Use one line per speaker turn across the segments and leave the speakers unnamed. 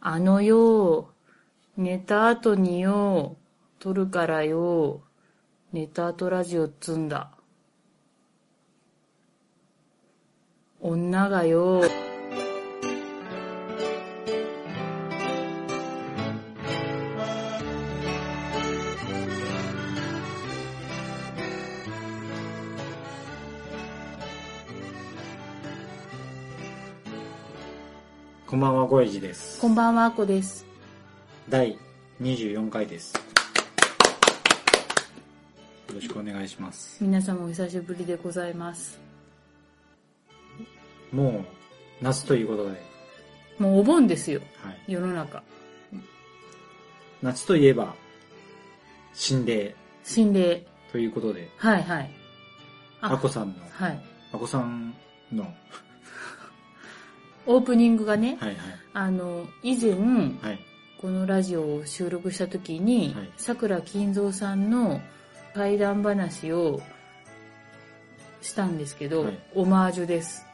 あのよぉ、寝た後によぉ、撮るからよぉ、寝た後ラジオっつんだ。女がよぉ、
こんばんは、ごえじです。
こんばんは、あこです。
第24回です。よろしくお願いします。
皆様お久しぶりでございます。
もう、夏ということで、はい。
もうお盆ですよ、世の中。
夏といえば、心霊
心霊。
ということで、
はいはい。
あこさんの、
はい。
あこさんの、
オープニングがね、
はいはい。
あの、以前、
はい。
このラジオを収録した時に
はい、
さくら金蔵さんの怪談話をしたんですけど、
はい
オマージュです。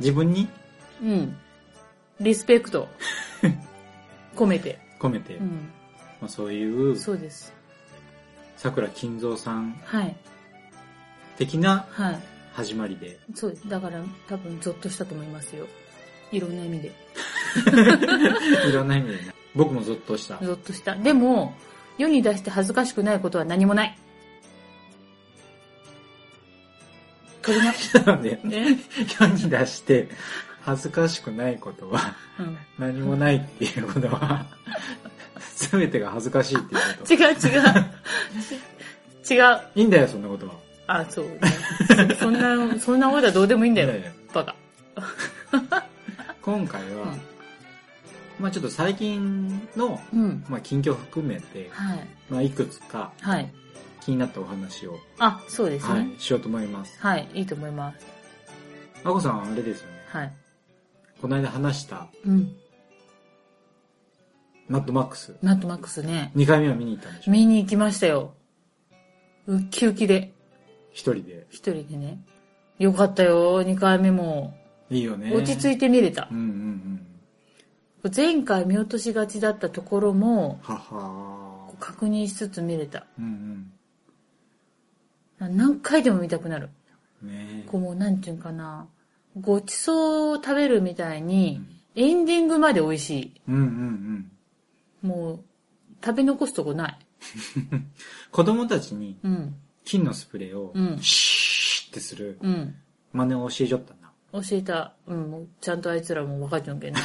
自分に
うん。リスペク ト。込めて。
込めて、
う
ま
ん。
あ、そういう、
そうです。
桜金蔵さん
はい。
的な
はい。
始まりで、
そうです。だから多分ゾッとしたと思いますよ。いろんな意味で。
いろんな意味でね、僕もゾッとした。
ゾッとした。でも、世に出して恥ずかしくないことは何も ない。これな、
なの で、
ね。
世に出して、恥ずかしくないことは、
うん
何もないっていうことは、 すべてが恥ずかしいっていうこと。
違う違う。違う。
いいんだよ、そんなことは。
あ、そう、ね。そんな、そんなことはどうでもいいんだ
いい
よ。
んだよ
バカ。
今回は、
うん
まあちょっと最近の、
うん。
まあ近況含めて、
はい。
まあいくつか
はい。
気になったお話を、
あ、そうです
は
ね。
い、しようと思います。
はい、い、いと思います。
あこさんはあれですよね。
はい。
この間話した、
うん。
マッドマックス。
ナットマックスね。
2回目は見に行ったんでしょ
見に行きましたよ。ウッキウキで。
一人で。
一人でね。よかったよ、二回目も。
いいよね。
落ち着
い
いて見れた
うん。うんうん。
前回見落としがちだったところも、
はは
確認しつつ見れた。
ーうん
何回でも見たくなる。
うん。ね
こうもうなんていうんかな、ごちそうを食べるみたいうに
ん、
エンディングまで美味しい。
うんうんうん。
もう、食べ残すとこない。
子供たちに
うん。
金のスプレーを
うん
シーってする
うん。
真似を教えちゃったな。
教えた。うん、もうちゃんとあいつらも分かっちゃうんけん な。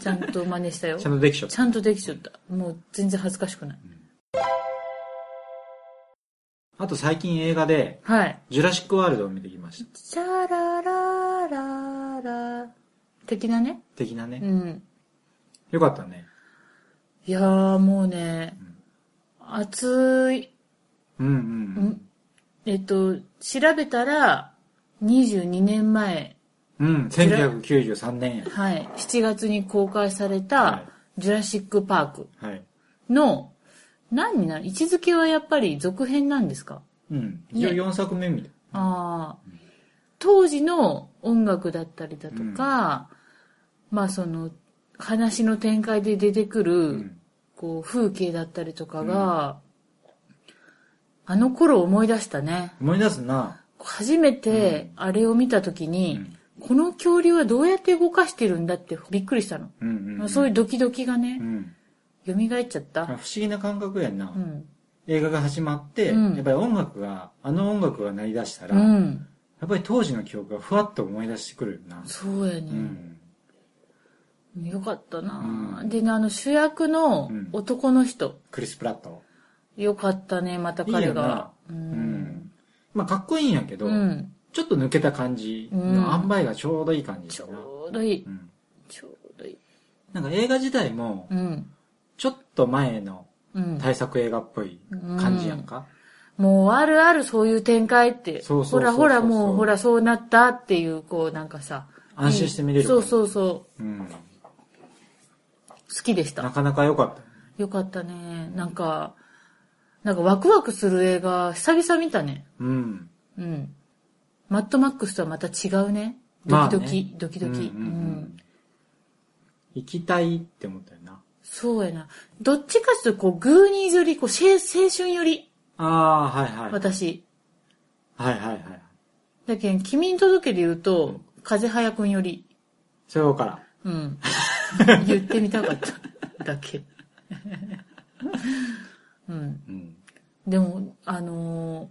ちゃんと真似したよ
ちゃ。んとできちゃった
ち。ゃんとできちゃった。もう全然恥ずかしくない。
あと最近映画で、
はい。
ジュラシックワールドを見てきました。
チャララララ的なね。
的な
う
ね。
ん。
よかったね。
いやーもうね、暑い。
うんうん
うんえっと、調べたら、22年前、
うん。うん、1993年や。
はい、7月に公開された
は、
ジュラシック・パーク
はい。
の、何になる位置づけはやっぱり続編なんですか
うん。
ね
4作目みたい。
ああ。当時の音楽だったりだとか、まあその、話の展開で出てくる、
うん。
こう、風景だったりとかが、あの頃思い出したね。
思い出すな。
初めてあれを見た時
う
に
ん、
この恐竜はどうやって動かしてるんだってびっくりしたの。
うんうんうん。。
そういううドキドキがね
う、ん。
蘇っちゃっ
あ不
た。
思議な感覚やな
う。ん。
映画が始まって、や
うん
っぱり音楽が、あの音楽が鳴り出したら、
う
や
ん。
っぱり当時の記憶がふわっと思い出してくるよな。
そうや
う
ね。
ん。
よかったな
うん
でね、あの主役の
うん
男の人。
クリス・プラット。
よかったね、また
いい
彼
よな
が。う。
うんん。まあ、かっこいいんやけど、
うん。
ちょっと抜けた感じの塩梅がちょうどいい感じ
ち
だな。
ょうどいい。
うん。
ちょうどいい。
なんか映画自体も
う、ん。
ちょっと前の
うん。
対策映画っぽい感じやんか。
もうあるあるそういう展開って。
そうそうそうそう
ほらほらもうほらそうなったっていう、こうなんかさ。
安心して見れる
そ
感
う
じ。
そうそう
ん。
う。好きでし
な
た。
かなか良かった。
よかったね。なんか、なんかワクワクする映画、久々見たね。
うん。
うん。マッドマックスとはまた違うね。ド
まあ
キ
ね
ドキ、ドキドキ。
うんうんうん行きたいって思ったよな。
そうやな。どっちかっていうと、こう、グーニーズより、こう、青青春より、
ああ、はいはい。
私。
はいはいはい。
だけん、君に届けで言うと、風早くんより。
そうから。
うん。言ってみたかった。だけ。うん。
うん。
でも、あのー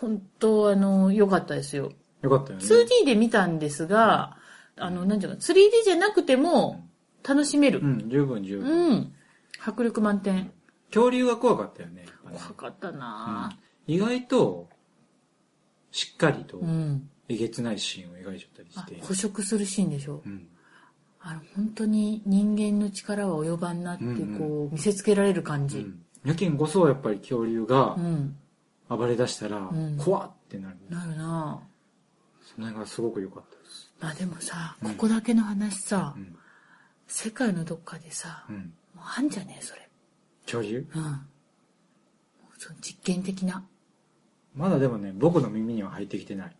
本当、あのー良かったですよ。
よかったよね。
2D で見たんですが、あの、なんていうか、3D じゃなくても、楽しめる
う。ん、十分十
う
分。
ん。迫力満点。
恐竜が怖かったよね。やっぱね
怖かった
うん
な
意外と、しっかりと
ぁ。う、ん。
えげつないシーンを描いちゃったり
あ
して。
捕食するシーンでしょ。
うん。
あの、本当に人間の力は及ばんなって、
うんうん
こう、見せつけられる感じ。
うんやけんこそやっぱり恐竜が
うん。
暴れ出したら
ん、
怖ってなる。
なるなぁ。
その辺がすごく良かったです。
まあでもさ、
う
こ
ん
こだけの話さ、
うん。
世界のどっかでさ、
うん。
もうあんじゃねえ、それ。
恐竜
うん。もうその実験的な。
まだでもね、僕の耳には入ってきてない。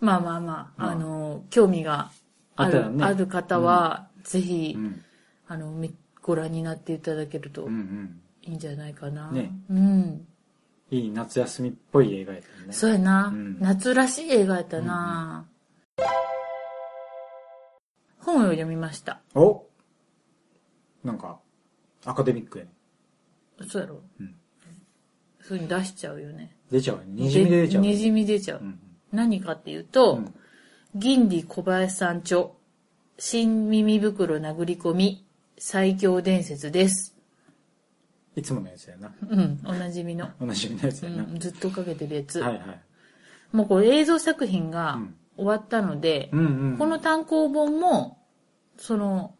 まあまあまあ、
うん
あの、興味があ
あった
る
らね
ある方は、ぜひ
う、ん。
あの、みご覧になっていただけると
うんうん。
いいんじゃないかな。
ね
うん。
いい夏休みっぽい映画やったね。
そうやな、
うん
夏らしい映画やったな、本を読みました。
おなんか、アカデミックやね。
そうやろ
うん。
そういうの出しちゃうよね。
出ちゃうね。にじみで出ちゃうね。
にじみ出ちゃう。
うん
何かっていう
う
と、
ん。うん。
銀利小林さん著、新耳袋殴り込み、最強伝説です。
いつものやつやな。
うん、おなじみの。
おなじみのやつ
う
やな。
ん、ずっとかけてるやつ。
はいはい。
もうこれ映像作品が
うん
終わったので、
うんうん。
この単行本も、その、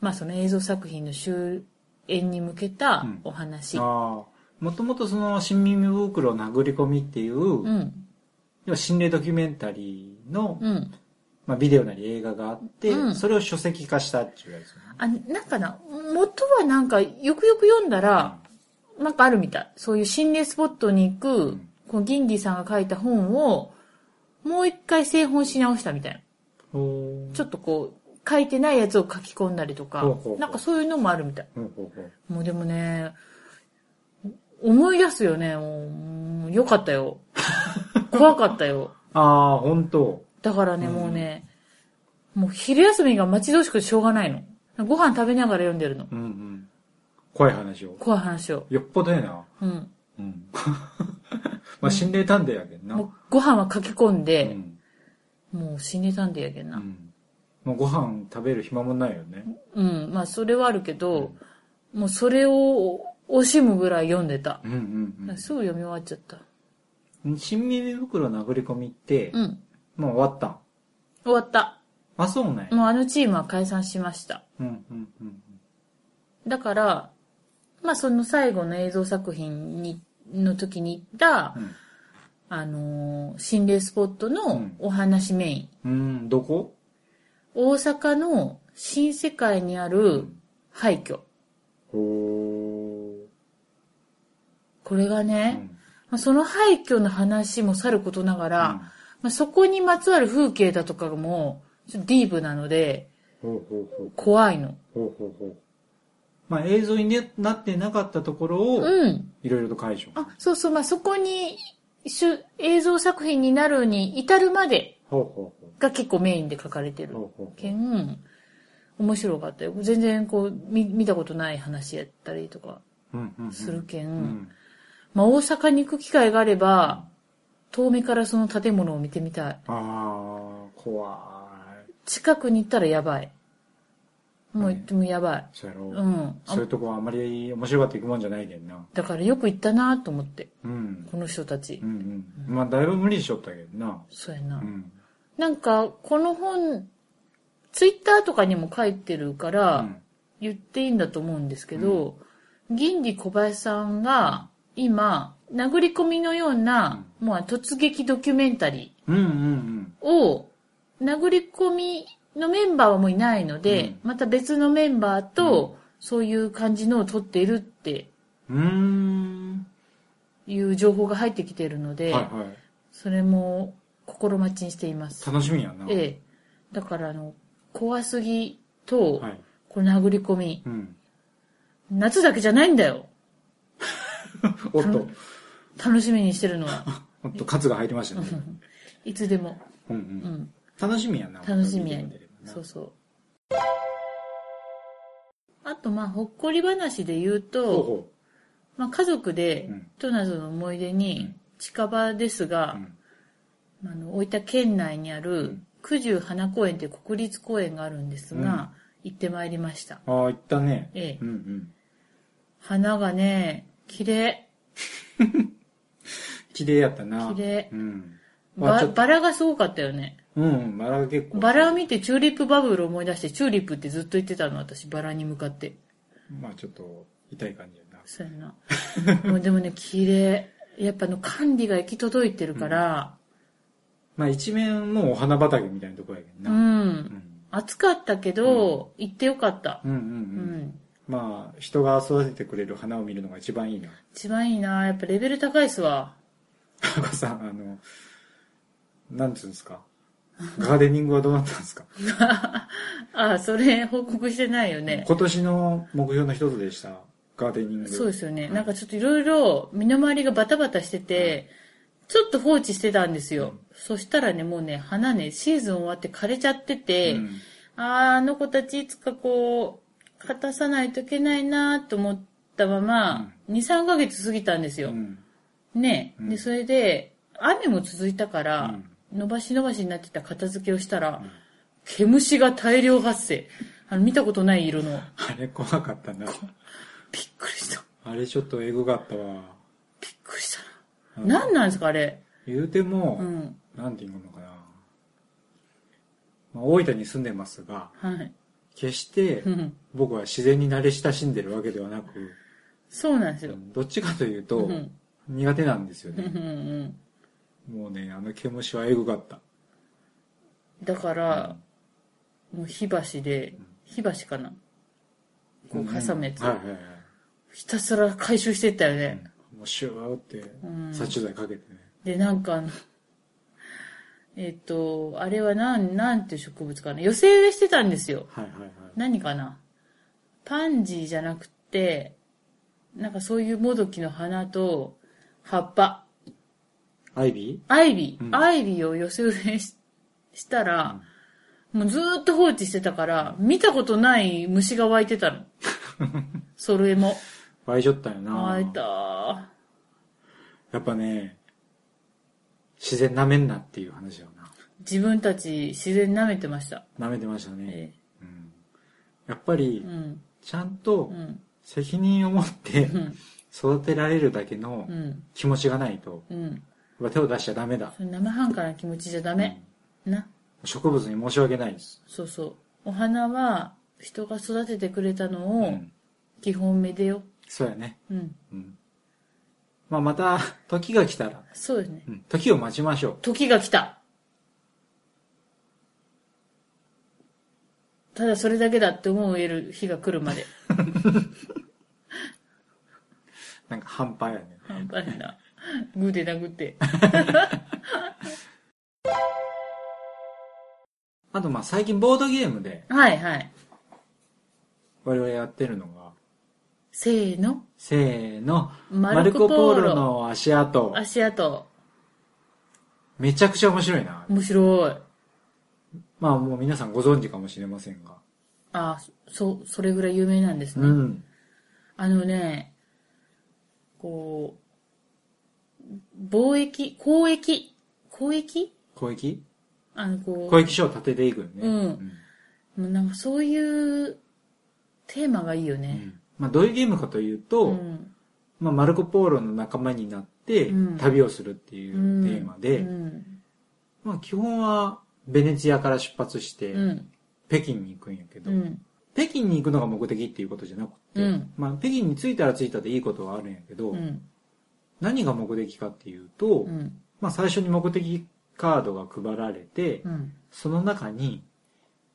まあその映像作品の終焉に向けた
うん
お話。うん。
ああ。もともとその、新耳袋殴り込みっていう、
うん。
要は心霊ドキュメンタリーの、
うん、
まあ、ビデオなり映画があって、
うん
それを書籍化したっていうやつね、
あ、なんかな、元はなんか、よくよく読んだら、なんかあるみたい。そういう心霊スポットに行く、
ん
この銀利さんが書いた本を、もう一回製本し直したみたいな。
ほー
ちょっとこう、書いてないやつを書き込んだりとか
ほうほうほ、う
なんかそういうのもあるみたい。
ほうほうほう
もうでもね、思い出すよね。もうもうよかった よ。怖かったよ。
ああ、本当
だからね、もうね、もう昼休みが待ち遠しくてしょうがないの。ご飯食べながら読んでるの。
うんうん。怖い話を。
怖い話を。
よっぽどやな。
うん。
うん。まあ、心霊探偵やけんな。
もうご飯は書き込ん
う
で、
ん。
もう死んでたんでやけん
う
な。
ん。もうご飯食べる暇もないよね。
うん、まあそれはあるけど、もうそれを惜しむぐらい読んでた。
うんうん
すぐ読み終わっちゃった。
うん。新耳袋殴り込みって、
うん。
もう終わったん。
終わった。
あ、そうね。
もうあのチームは解散しました。
うんうんうん。
だから、まあその最後の映像作品に、の時に行った、
うん
あのー心霊スポット
う
の
ん
お話メイン。
うん、どこ
大阪の新世界にある廃墟。
ほ
これが
ー。
ね、まあその廃墟の話もさることながら、
うん
まあ、そこにまつわる風景だとかも、ちょっとディープなので、
ほうほうほう。
怖いの。
ほうほうほう。まあ映像にねなってなかったところを、
うん。
いろいろと解除。
あ、そうそう、まあ、そこに、しゅ映像作品になるに至るまで
ほうほうほ
が結構メインで書かれて
う。
る
ほうほうほ
けん、面白かったよ。全然こう、見見たことない話やったりとか
う。うんうんうん
するけん、
うん。
まあ、大阪に行く機会があれば、遠目からその建物を見てみたい。
ああ、怖い。
近くに行ったらやばい。もう行
ね
ってもやばい。
そうやろ。
うん。あ
そういうとこはあんまり面白かったいくもんじゃないけんな。
だからよく行ったなと思って。
うん。
この人たち
うん。うん。まあだいぶ無理しとったけどな。
そうやな。
うん。
なんか、この本、ツイッターとかにも書いてるか
う
ら、
ん。
言っていいんだと思うんですけど、銀利小林さんが、今、殴り込みのような、もう突撃ドキュメンタリ
うんうんうん。
ーを、殴り込みのメンバーはもういないので、また別のメンバーと、そういう感じのを撮っているって
うーん。
いう情報が入ってきているので、
はいはい。
それも心待ちにしています。
楽しみやな。
ええ。だから、あの、怖すぎと、
はい。
この殴り込み、
うん。
夏だけじゃないんだよ。
おっと、
楽しみにしてるのは。
おっと、カツが入りましたね。
いつでも。
うんう。
うんん。
楽しみやな。
楽しみや
見てくれればな
そうそう。あと、まあ、ほっこり話で言う
ほう
と、
ほ
まあ、家族で
うん、
トナゾの思い出
う
に
ん、
近場です
う。う
が、
ん
あの、大分県内にあ
う
る
ん、
九十花公園という国立公園があるんですが、行ってまいりました。
ああ、行ったね。
ええ
うんうん。
花がね、綺麗。
綺麗やったな。
綺麗
うん。まあ、
ば
ちょっと、
バラがすごかったよね。
うん、バラが結構。
バラを見てチューリップバブルを思い出して、チューリップってずっと言ってたの、私、バラに向かって。
まあちょっと、痛い感じやな。
そうやな。 もうでもね、綺麗。やっぱあの管理が行き届いてるから、
まあ一面もうお花畑みたいなとこやけど
う
な。うん。
ん。暑かったけど、行ってよかった。
うんうんう
うん。
ん。まあ、人が育ててくれる花を見るのが一番いいな。
一番いいなやっぱレベル高いっすわ。
高橋さん、あの、なんていうんで すか。ガーデニングはどうなったんですか、
ああ、それ報告してないよね。
今年の目標の一つでした。ガーデニング。
そうですよね。
うん
なんかちょっといろいろ身の回りがバタバタしてて、ちょっと放置してたんですよ。そしたらね、もうね、花ね、シーズン終わって枯れちゃってて、
うん
あーあの子たちいつかこう、勝たさないといけないなと思ったまま、2、3ヶ月過ぎたんです
う
よ。
ん。
ね、
うん
で、それで、雨も続いたから、
う
伸ばし伸ばしになってた片付けをしたら、毛虫が大量発生。あの、見たことない色の。
あれ怖かった
び
な。
っくりした。
あれちょっとエグかったわ。
びっくりした
う
な。
ん
何なんですか、あれ。
言うても、
うん。
なんていうのかな。まあ、大分に住んでますが、
はい。
決して
うん。
僕は自然に慣れ親しんでるわけではなく、
そうなんですよ。
どっちかというと、
うん。
苦手なんですよ
うんう
ね。
んうん。
もうね、あの毛虫はエグかった。
だから、もう火箸で、火箸かな。こう、
ん
挟むやつ
はい。はいはい。
ひたすら回収してったよ
う
ね。
んもうシュワーって
ん
殺虫剤かけてね。
で、なんかあの、 えっと、あれはなん、なんていう植物かな。寄せ植えしてたんですよ。
はいはいはい。
何かな。パンジーじゃなくて、なんかそういうもどきの花と、葉っぱ。
アイビ
アイビー、
うん
アイビーを寄せ植えししたら、もうずーっと放置してたから、見たことない虫が湧いて たの。それも。
ー湧いちゃったよな。
湧いたー。
やっぱね、自然舐めんなっていう話だよ
自分たち自然舐めてました。
な。舐めてましたね。
え
うん、やっぱ
え
り
う、ん、
ちゃんと
うん、
責任を持って
うん、
育てられるだけの
うん、
気持ちがないと、
うん。
やっぱ手を出しちゃダメだ。
それ生半可な気持ちじゃダメ。な。
うん植物に申し訳ないです。
そうそう。お花は、人が育ててくれたの
う
を、
ん
基本めでよ。
そうやね。
うん。
うん。まあ、また、時が来たら、
そうですね。
うん時を待ちましょう。
時が来た。ただそれだけだって思える日が来る まで。
なんか半端やね。
半端ないな。グーで殴って。
あと、まあ、最近ボードゲームで
はいはい。
我々やってるのが、
せーの。
せーの、
マ
マ
ル
ル
コ
コ・
ポー
ポー
ロ
ロの足跡。
足跡。
めちゃくちゃ面白いな。
面白い。
まあ、もう皆さんご存知かもしれませんが。
あ、そ、それぐらい有名なんですね。
うん。
あのね、こう、貿易、交易、交易
交易
あの、こう。
交易書を立てていくよね。
うんもうなんかそういうテーマがいいよ
う
ね。
んまあ、どういうゲームかというと、
うん。
まあ、マルコ・ポーロの仲間になって
うん
旅をするっていう
テ
テーマで、
うん。
まあ、基本はベネチアから出発して、
うん。
北京に行くんやけど、
うん。
北京に行くのが目的っていうことじゃなくて、
うん
まあ、北京に着いたら着いたでいいことはあるんやけど、
うん。
何が目的かっていうと、
うん。
まあ、最初に目的カードが配られて、
うん。
その中に、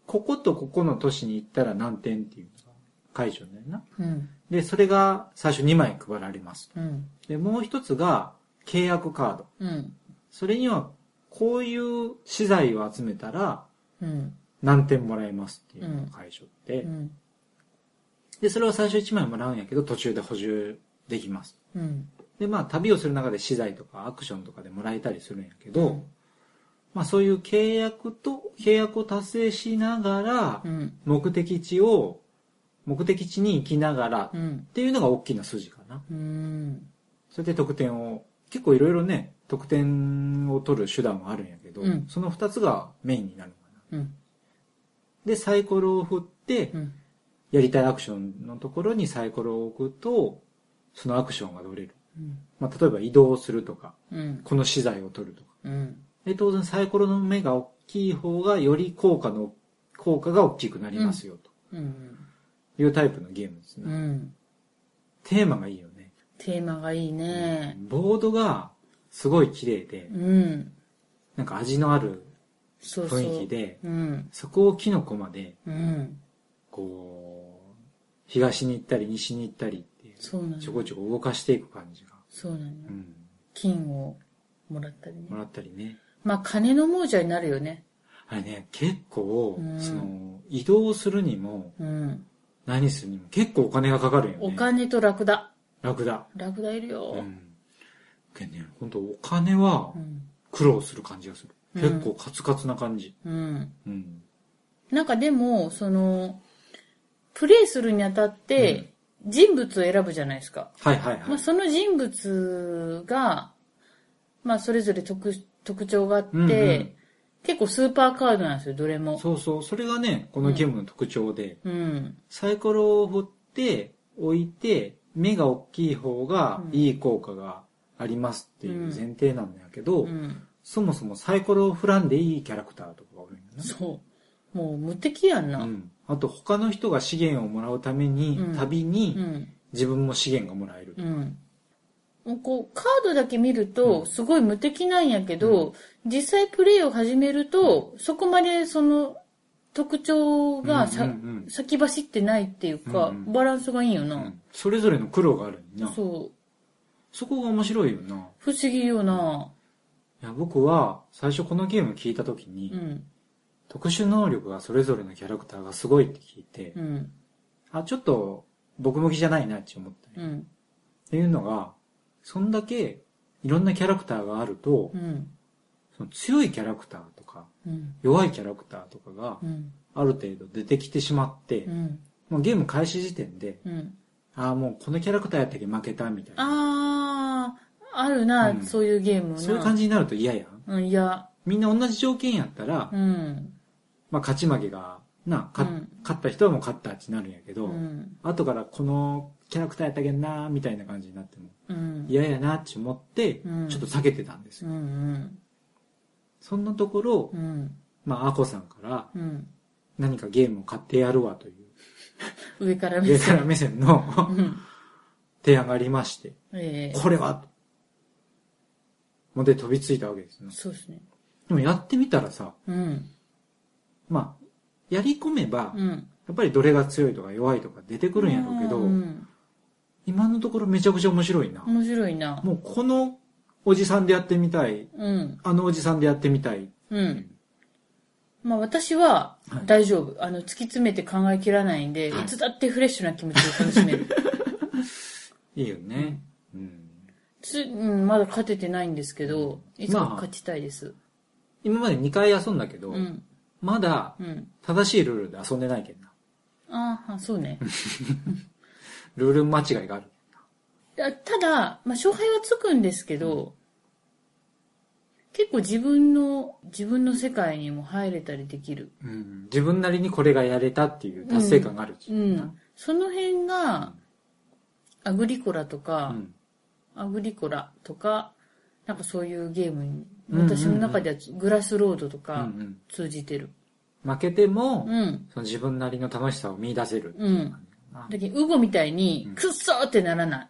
こことここの都市に行ったら何点っていうのが解除になるな。
うん。
で、それが最初2枚配られます。
うん。
で、もう一つが契約カード。
うん。
それには、こういう資材を集めたら、何点もらえますっていうのが解消って、
うん。
で、それは最初1枚もらうんやけど、途中で補充できます。
うん。
で、まあ、旅をする中で資材とかアクションとかでもらえたりするんやけど、まあ、そういう契約と、契約を達成しながら
う、ん。
目的地を、目的地に行きながら、
う
っ
ん。
ていうのが大きな筋かな。
うん。
それで得点を、結構いろいろね、得点を取る手段はあるんやけど、
うん
その2つがメインになるのかな。
うん。
で、サイコロを振って、
うん。
やりたいアクションのところにサイコロを置くと、そのアクションが取れる。まあ、例えば移動するとか、
うん。
この資材を取るとか。
うん。
で、当然サイコロの目が大きい方が、より効果の、効果が大きくなりますよ、
うん。
というタイプのゲームですね。
うん。
テーマがいいよね。
テーマがいいね。
ボードがすごい綺麗で、
うん。
なんか味のある
そうそう。
雰囲気。で、
うん。
そこをキノコまで、
うん。
こう、東に行ったり西に行ったりっていう、
そうなの
ちょこちょこ動かしていく感じが、
そうなのよ
うん、
金をもらったりね
も。らったりね。
まあ、金の亡者になるよね。
あれね、結構、
うん
その、移動するにも、
うん。
何するにも、結構お金がかかるよね。
お金とラクダ。
楽だ。
ラクダいるよ。
うん。けどね、本当お金は
うん。
苦労する感じがする。
うん
結構カツカツな感じ。
うん。
うん。
なんかでも、その、プレイするにあたって、人物を選ぶじゃないですか。
はいはいはい。
まあ、その人物が、まあ、それぞれ特特徴があって、
うんうん
結構スーパーカードなんですよ、どれも。
そうそう。それがね、このゲームの特徴で、
うん。
サイコロを振って、置いて、目が大きい方が
うん
いい効果がありますっていう前提なんだけど、
うん。
そもそもサイコロを振らんでいいキャラクターとかがおるんだな。
そう。もう無敵やんな。うん。
あと他の人が資源をもらうために、
うん
旅
う
に
ん。
自分も資源がもらえると。
もうこう、カードだけ見る
う
と、
ん
すごい無敵なんやけど、実際プレイを始めると、そこまでその特徴がさ、
うんうんうん
先走ってないっていうか、
うんうん
バランスがいいよ
う
な。
んそれぞれの苦労があるんやな。
そう。
そこが面白いよな。
不思議よな。
いや僕は最初このゲーム聞いた時に、
うん。
特殊能力がそれぞれのキャラクターがすごいって聞いて、
うん。
あ、ちょっと僕向きじゃないなって思ったね、
う
っ
ん。
ていうのが、そんだけいろんなキャラクターがあると、
うん。
その強いキャラクターとか
うん。
弱いキャラクターとかが
うん。
ある程度出てきてしまって、
うん。
もうゲーム開始時点で、
うん。
ああ、もうこのキャラクターやったけ負けたみたいな。
あー、あるな、
うん
そういうゲームな。
そういう感じになると嫌やん。
うん、いや、
みんな同じ条件やったら、
うん。
まあ勝ち負けが、な、か
うん
勝った人はもう勝ったってなるんやけ
う
ど、
ん。
後からこのキャラクターやったけんな、みたいな感じになっても
うん。
嫌やなって思って
う、ん
ちょっと避けてたんです
う
よ。
ん。
そんなところ
うん。う、ん。
まあ、アコさんから
うん。
何かゲームを買ってやるわという、
上から見
上
て
から目線の
うん。
提案がありまして、
ええ
これはもうで飛びついたわけですよ。
そうですね。
でもやってみたらさ、
うん。
まあ、やり込めば、
う
や
ん。
っぱりどれが強いとか弱いとか出てくるんやろうけど、
うん。
今のところめちゃくちゃ面白いな。
面白いな。
もうこのおじさんでやってみたい、
うん。
あのおじさんでやってみたい。
うん。まあ私は
はい
大丈夫。あの、突き詰めて考えきらないんで、い
はい
つだってフレッシュな気持ちで楽し める。
いいよね。うん
つ、うん、まだ勝ててないんですけど、いつか勝ちたいです。
今まで2回遊んだけど、
うん。
まだ
うん。
正しいルールで遊んでないけんな。
ああ、そうね。
ルール間違いがある。
あただ、まあ、勝敗はつくんですけど、結構自分の、自分の世界にも入れたりできる。
うん自分なりにこれがやれたっていう達成感がある。
うん。その辺が、アグリコラとか、
うん
アグリコラとか、なんかそういうゲームに、
うんうんうん
私の中ではグラスロードと
うんう
か
ん
通じてる。
負けても、
うん。
その自分なりの楽しさを見出せる。
うん。だけど、ウゴみたいに
うん、
くっそーってならない。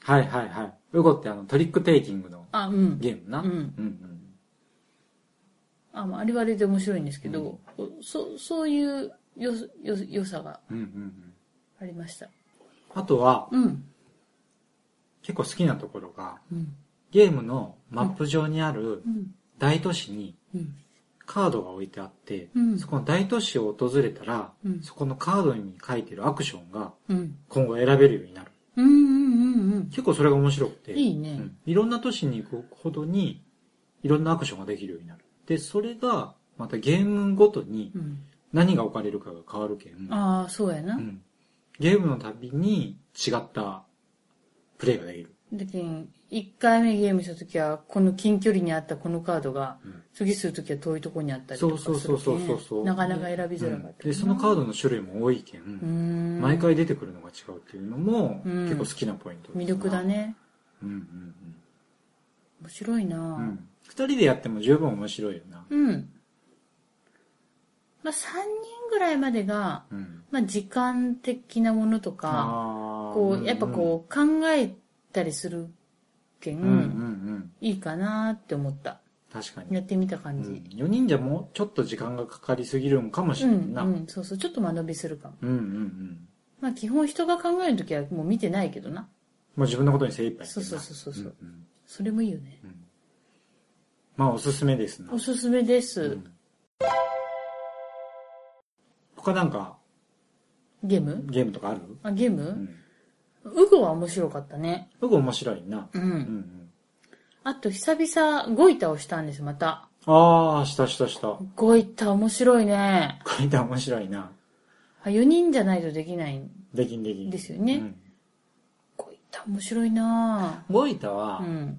はいはいはい。ウゴってあのトリックテイキングの
あ、うん。
ゲームな。
うん
うん
あまああれはあれで面白いんですけど、こうそそういうよよ良さが
うんうんうん
ありました。
あとは、
うん。
結構好きなところが、
うん。
ゲームのマップ上にある
うん。
大都市に
うん。
カードが置いてあって、
うん
そこの大都市を訪れたら、
うん
そこのカードに書いてるアクションが
うん。
今後選べるようになる。
うんうんうんうん。
結構それが面白くて。
いいね
うんいろんな都市に行くほどに、いろんなアクションができるようになる。で、それが、またゲームごとに
うん、
何が置かれるかが変わるけん。
ああ、そうやな。
うんゲームのたびに違ったプレイができる。
だけん、1回目ゲームしたときは、この近距離にあったこのカードが、
うん
次するときは遠いところにあったりとかするけん、
そうそうそうそうそう
なかなか選びづらかった
うんで、そのカ
ド、
ードの種類も多いけん、
うーん
毎回出てくるのが違うっていうのも、
うん
結構好きなポイントですな
魅力だ。ね。
うんうん
面白いな
うん。うん。二人でやっても十分面白いよな。
うん。まあ、3人ぐらいまでが、
うん。
まあ、時間的なものとか、
あー
こう、やっぱこう、考えたりするけん、
うん、うん、うんうん。
いいかなって思った。
確かに。
やってみた感
う
じ。
ん4人じゃもうちょっと時間がかかりすぎるんかもし
う
れ
ん、
んな。
う、
うんん
そうそう、ちょっと間延びするかも。
うんうん。
まあ基本人が考えるときはもう見てないけどな。
まあ自分のことに精一杯やって
そ
ん
う
な
そうそうそう。
うんうん
それもいいよね。
うんまあおすすめですな。
おすすめです。
うん他なんか
ゲーム
ゲームとかある
あ、ゲー
う
ム、
ん。
うごは面白かったね。
僕面白いな。
うん。
うんうん。
あと久々、ゴイタをしたんです、また。
ああ、したしたした。こ
ゴイタ面白いね。
れで面白いな。
あ4人じゃないとできないん
できんできん。
ですよね。
うん。
ゴイタ面白いな
ボイタ
ぁう
は、
ん。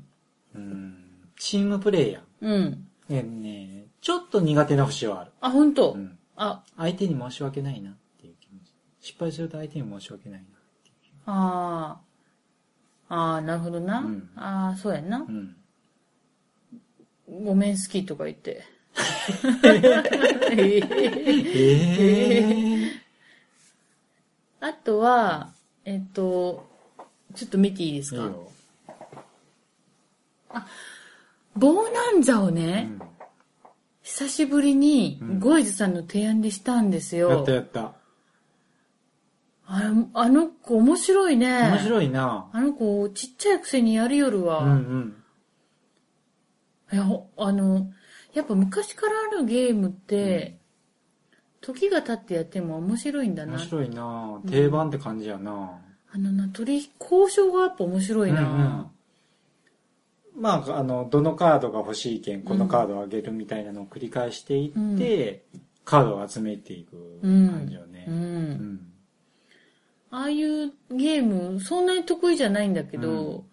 うん、チームプレイヤ
うん。
ー。えね、ちょっと苦手な節はある。
あ、ほんと、
うん。
あ、
相手に申し訳ないなっていう気持ち。失敗すると相手に申し訳ないなってい
ああ。ああ、なるほどな。
うん
ああ、そうやんな。
う。うん。
ごめん好きとか言 って。
えー、
あとは、えっと、ちょっと見ていいです
いい
か
よ。
ボーナンザを
う
ね、
ん
久しぶりに
うん
ゴイズさんの提案でしたんです
やっ
よ
た。やった。
あれあの子面白いね。
面白いな。
あの子、ちっちゃいくせにやるより
う
は、
んうん。
いや、ほあの、やっぱ昔からあるゲームって、時が経ってやっても面白いんだ
面
な。
白いな。定番って感じやな。
あのな、取り、交渉がやっぱ面白いな。
うんうんまあ、あの、どのカードが欲しいけん、このカードをあげるみたいなのを繰り返していって、カードを集めていく感じよね。
う
うんん
ああいうゲーム、そんなに得意じゃないんだけど、
うん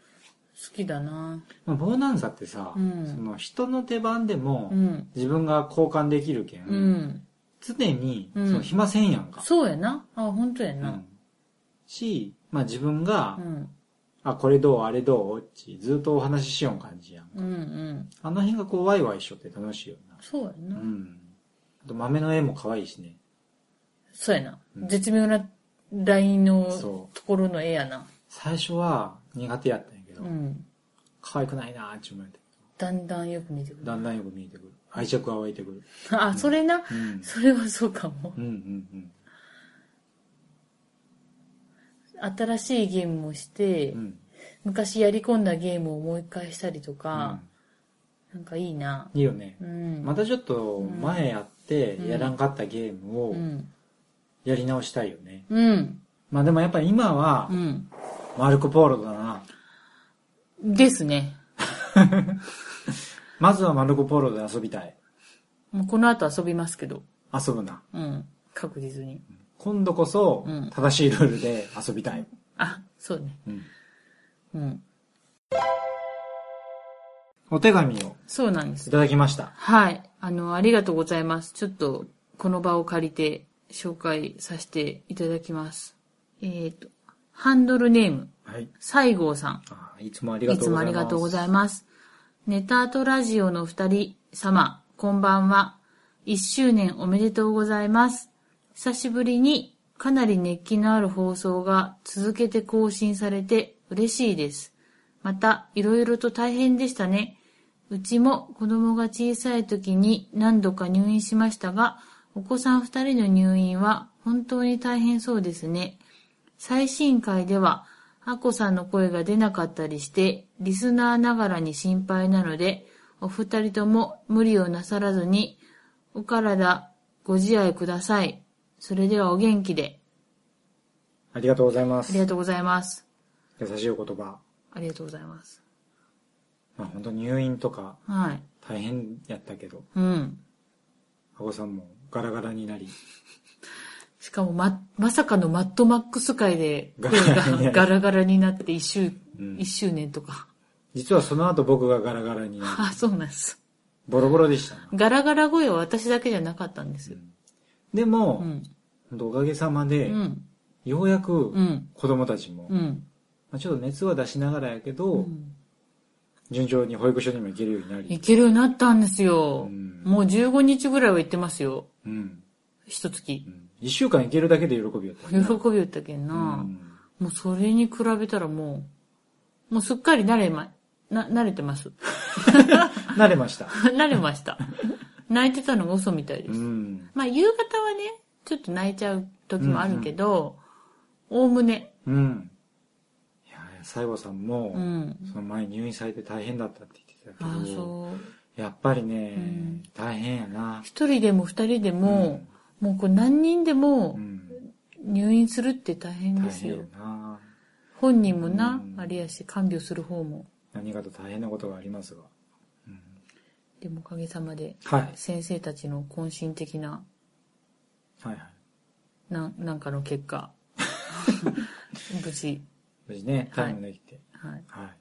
好きだな。
まあ、ボーナンザってさ、
うん
その人の手番でも、
うん。
自分が交換できるけん、
うん。
常にそ
うん
の暇せんやんか。
そうやな。あ、本当や
う
な。
んし、まあ自分が、
うん。
あ、これどう、あれどうってずっとお話ししよう感じやん。
うんうん。
あの辺がこうワイワイしよって楽しいよ
そうや
な。
な。
うん。あと豆の絵も可愛いしね。
そうやな。
うん
絶妙なラインの
そ
ところの絵やな。
最初は苦手やったんやけど、
うん。
可愛くないなーって思えて。
だんだんよく見てくる。
だんだんよく見えてくる。愛着が湧いてくる。
あ、それな。
うん。
それはそうかも
う。んうん
新しいゲームをし
う
て
ん。う、ん。
昔やり込んだゲームをもう一回したりとか、なんかいいな。
うんいいよね
う。ん。
またちょっと前やってやらんかったゲーム
う
を
ん。
やり直したいよね。
うん。
まあでもやっぱり今は
う、ん。
マルコ・ポーロだな。
ですね。
まずはマルコ・ポーロで遊びたい。
もうこの後遊びますけど。
遊ぶな。
うん。確実に。
今度こそ
うん、
正しいルールで遊びたい。
あ、そうね。
うん
うん。
お手紙を
そうなんで
い
す。
ただきました。
はい。あの、ありがとうございます。ちょっと、この場を借りて、紹介させていただきます。えっ、と、ハンドルネーム、
はい。
西郷さん。
あいつもありが
い
と
つ
うご
もあ
ざいます。
りがとうございます。ネタとラジオのお二人様、こんばんは。一周年おめでとうございます。久しぶりにかなり熱気のある放送が続けて更新されて嬉しいです。また、いろいろと大変でしたね。うちも子供が小さい時に何度か入院しましたが、お子さん二人の入院は本当に大変そうですね。最新回では、アコさんの声が出なかったりして、リスナーながらに心配なので、お二人とも無理をなさらずに、お体、ご自愛ください。それではお元気で。
ありがとうございま
あ
す
り。がとうございます。
優しいお言葉。
ありがとうございます。
まあ本当入院とか
はい。
大変やったけど、
うん。
あごさんもガラガラになり、
しかもま、まさかのマットマックス界で声がガラガラになって一周、
うん
一周年とか。
実はその後僕がガラガラになり、
あ、 そうなんです。
ボロボロでしたな。
ガラガラ声は私だけじゃなかったんですよ。
で
う
も、
ん。
ほんとおかげさま
う
で、
ん。
ようやく
うん。
子供たちも、
う
ま
ん。
あちょっと熱は出しながらやけ
う
ど、
ん
順調に保育所にも行けるようにな
行
り、
けるようになったんですよ。
うん
もう15日ぐらいは行ってますよ。
うん。
一月
う。ん一週間行けるだけで喜びよった
喜び
ね。
よったけん
う
な。
ん
もうそれに比べたらもう、もうすっかり慣れま、な、慣れてます。
慣れました。
慣れま した。泣いてたのが嘘みたいで
う
す。
ん。
まあ夕方はね、ちょっと泣いちゃう時もあるけど、おおむね、
うん。いや、西郷さんも
う、ん。
その前入院されて大変だったって言ってた
ああ、
けど、
そう。
やっぱりね、
うん
大変やな。
一人でも二人でも、もうこれ何人でも
うん、
入院するって大変
大
です
変
よ
や。な。
本人もな、
うん
あれやし、看病する方も。
何かと大変なことがありますが。うん
でもおかげさまで、
はい。はい
先生たちの渾身的な、
はい。
なんなんかの結 果、無事、
無事ね、
はい
タイムできて。
はい。
はい。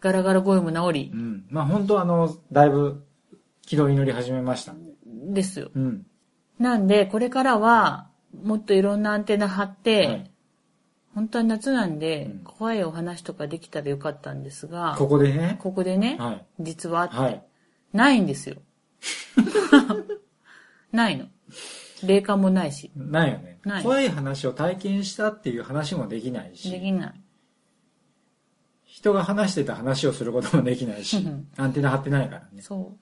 ガラガラ声も治り
う、ん。まあ本当あの、だいぶ軌道に乗り始めましたんで。
ですよ。
うん。
なんで、これからは、もっといろんなアンテナ張って、
はい
本当は夏なんで、
うん
怖いお話とかできたらよかったんですが、
ここでね。
ここでね、
はい。
実はあって、
はい。
ないん ですよ。ないの。霊感もないし。
ないよね
ない
怖い話を体験したっていう話もできない
で
し、
きない。
人が話してた話をすることもできないし
うん、
アンテナ張ってないからね。
そう。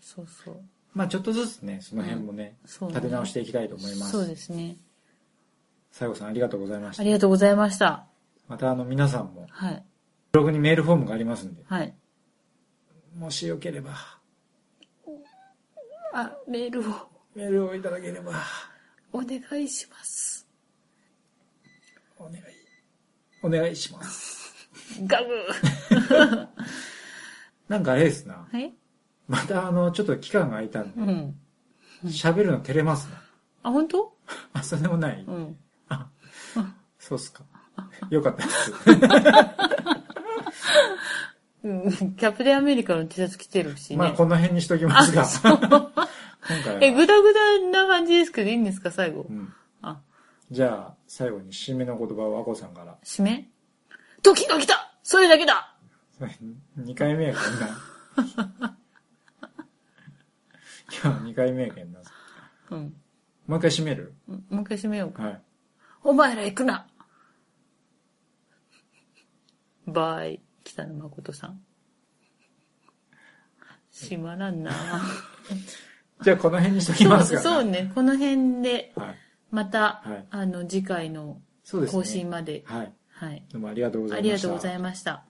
そうそう。
まあちょっとずつね、その辺もね、
そうね
立て直していきたいと思いま
そう
す。
ですね。
最後さんありがとうございま
あ
した。
りがとうございました。
またあの皆さんも、
はい。
ブログにメールフォームがありますんで、
はい。
もしよければ、
あ、メールを
メールをいただければ、
お願いします。
お願い、お願いします。
ガブ
なんかあれですな。
はい
またあの、ちょっと期間が空いたん
う
で、
ん。
喋るの照れます な。
あ、本当
あ、そんでもない
うん。
あ、そうっすか。よかったです。
うんキャプテンアメリカの T シャツ着てるしね。
まあ、この辺にしときますが。今回は。
え、ぐだぐだな感じですけど、いいんですか、最後。
うん
あ、
じゃあ、最後に締めの言葉を和子さんから。
締め時が来たそれだけだ
2回目やけんな。今日2回目やけんな。
うん。
もう一回締める
うんもう一回締めようか。
はい。
お前ら行くなバイ、北野誠さん。閉まらんな
じゃあ、この辺にしときます
そう
が。
そうね。この辺で、
はい。
また、
はい
あの、次回の
そうですね。
更新まで。
はい。
はい。
どうもありがとうござ
あ
いま
り
した。
がとうございました。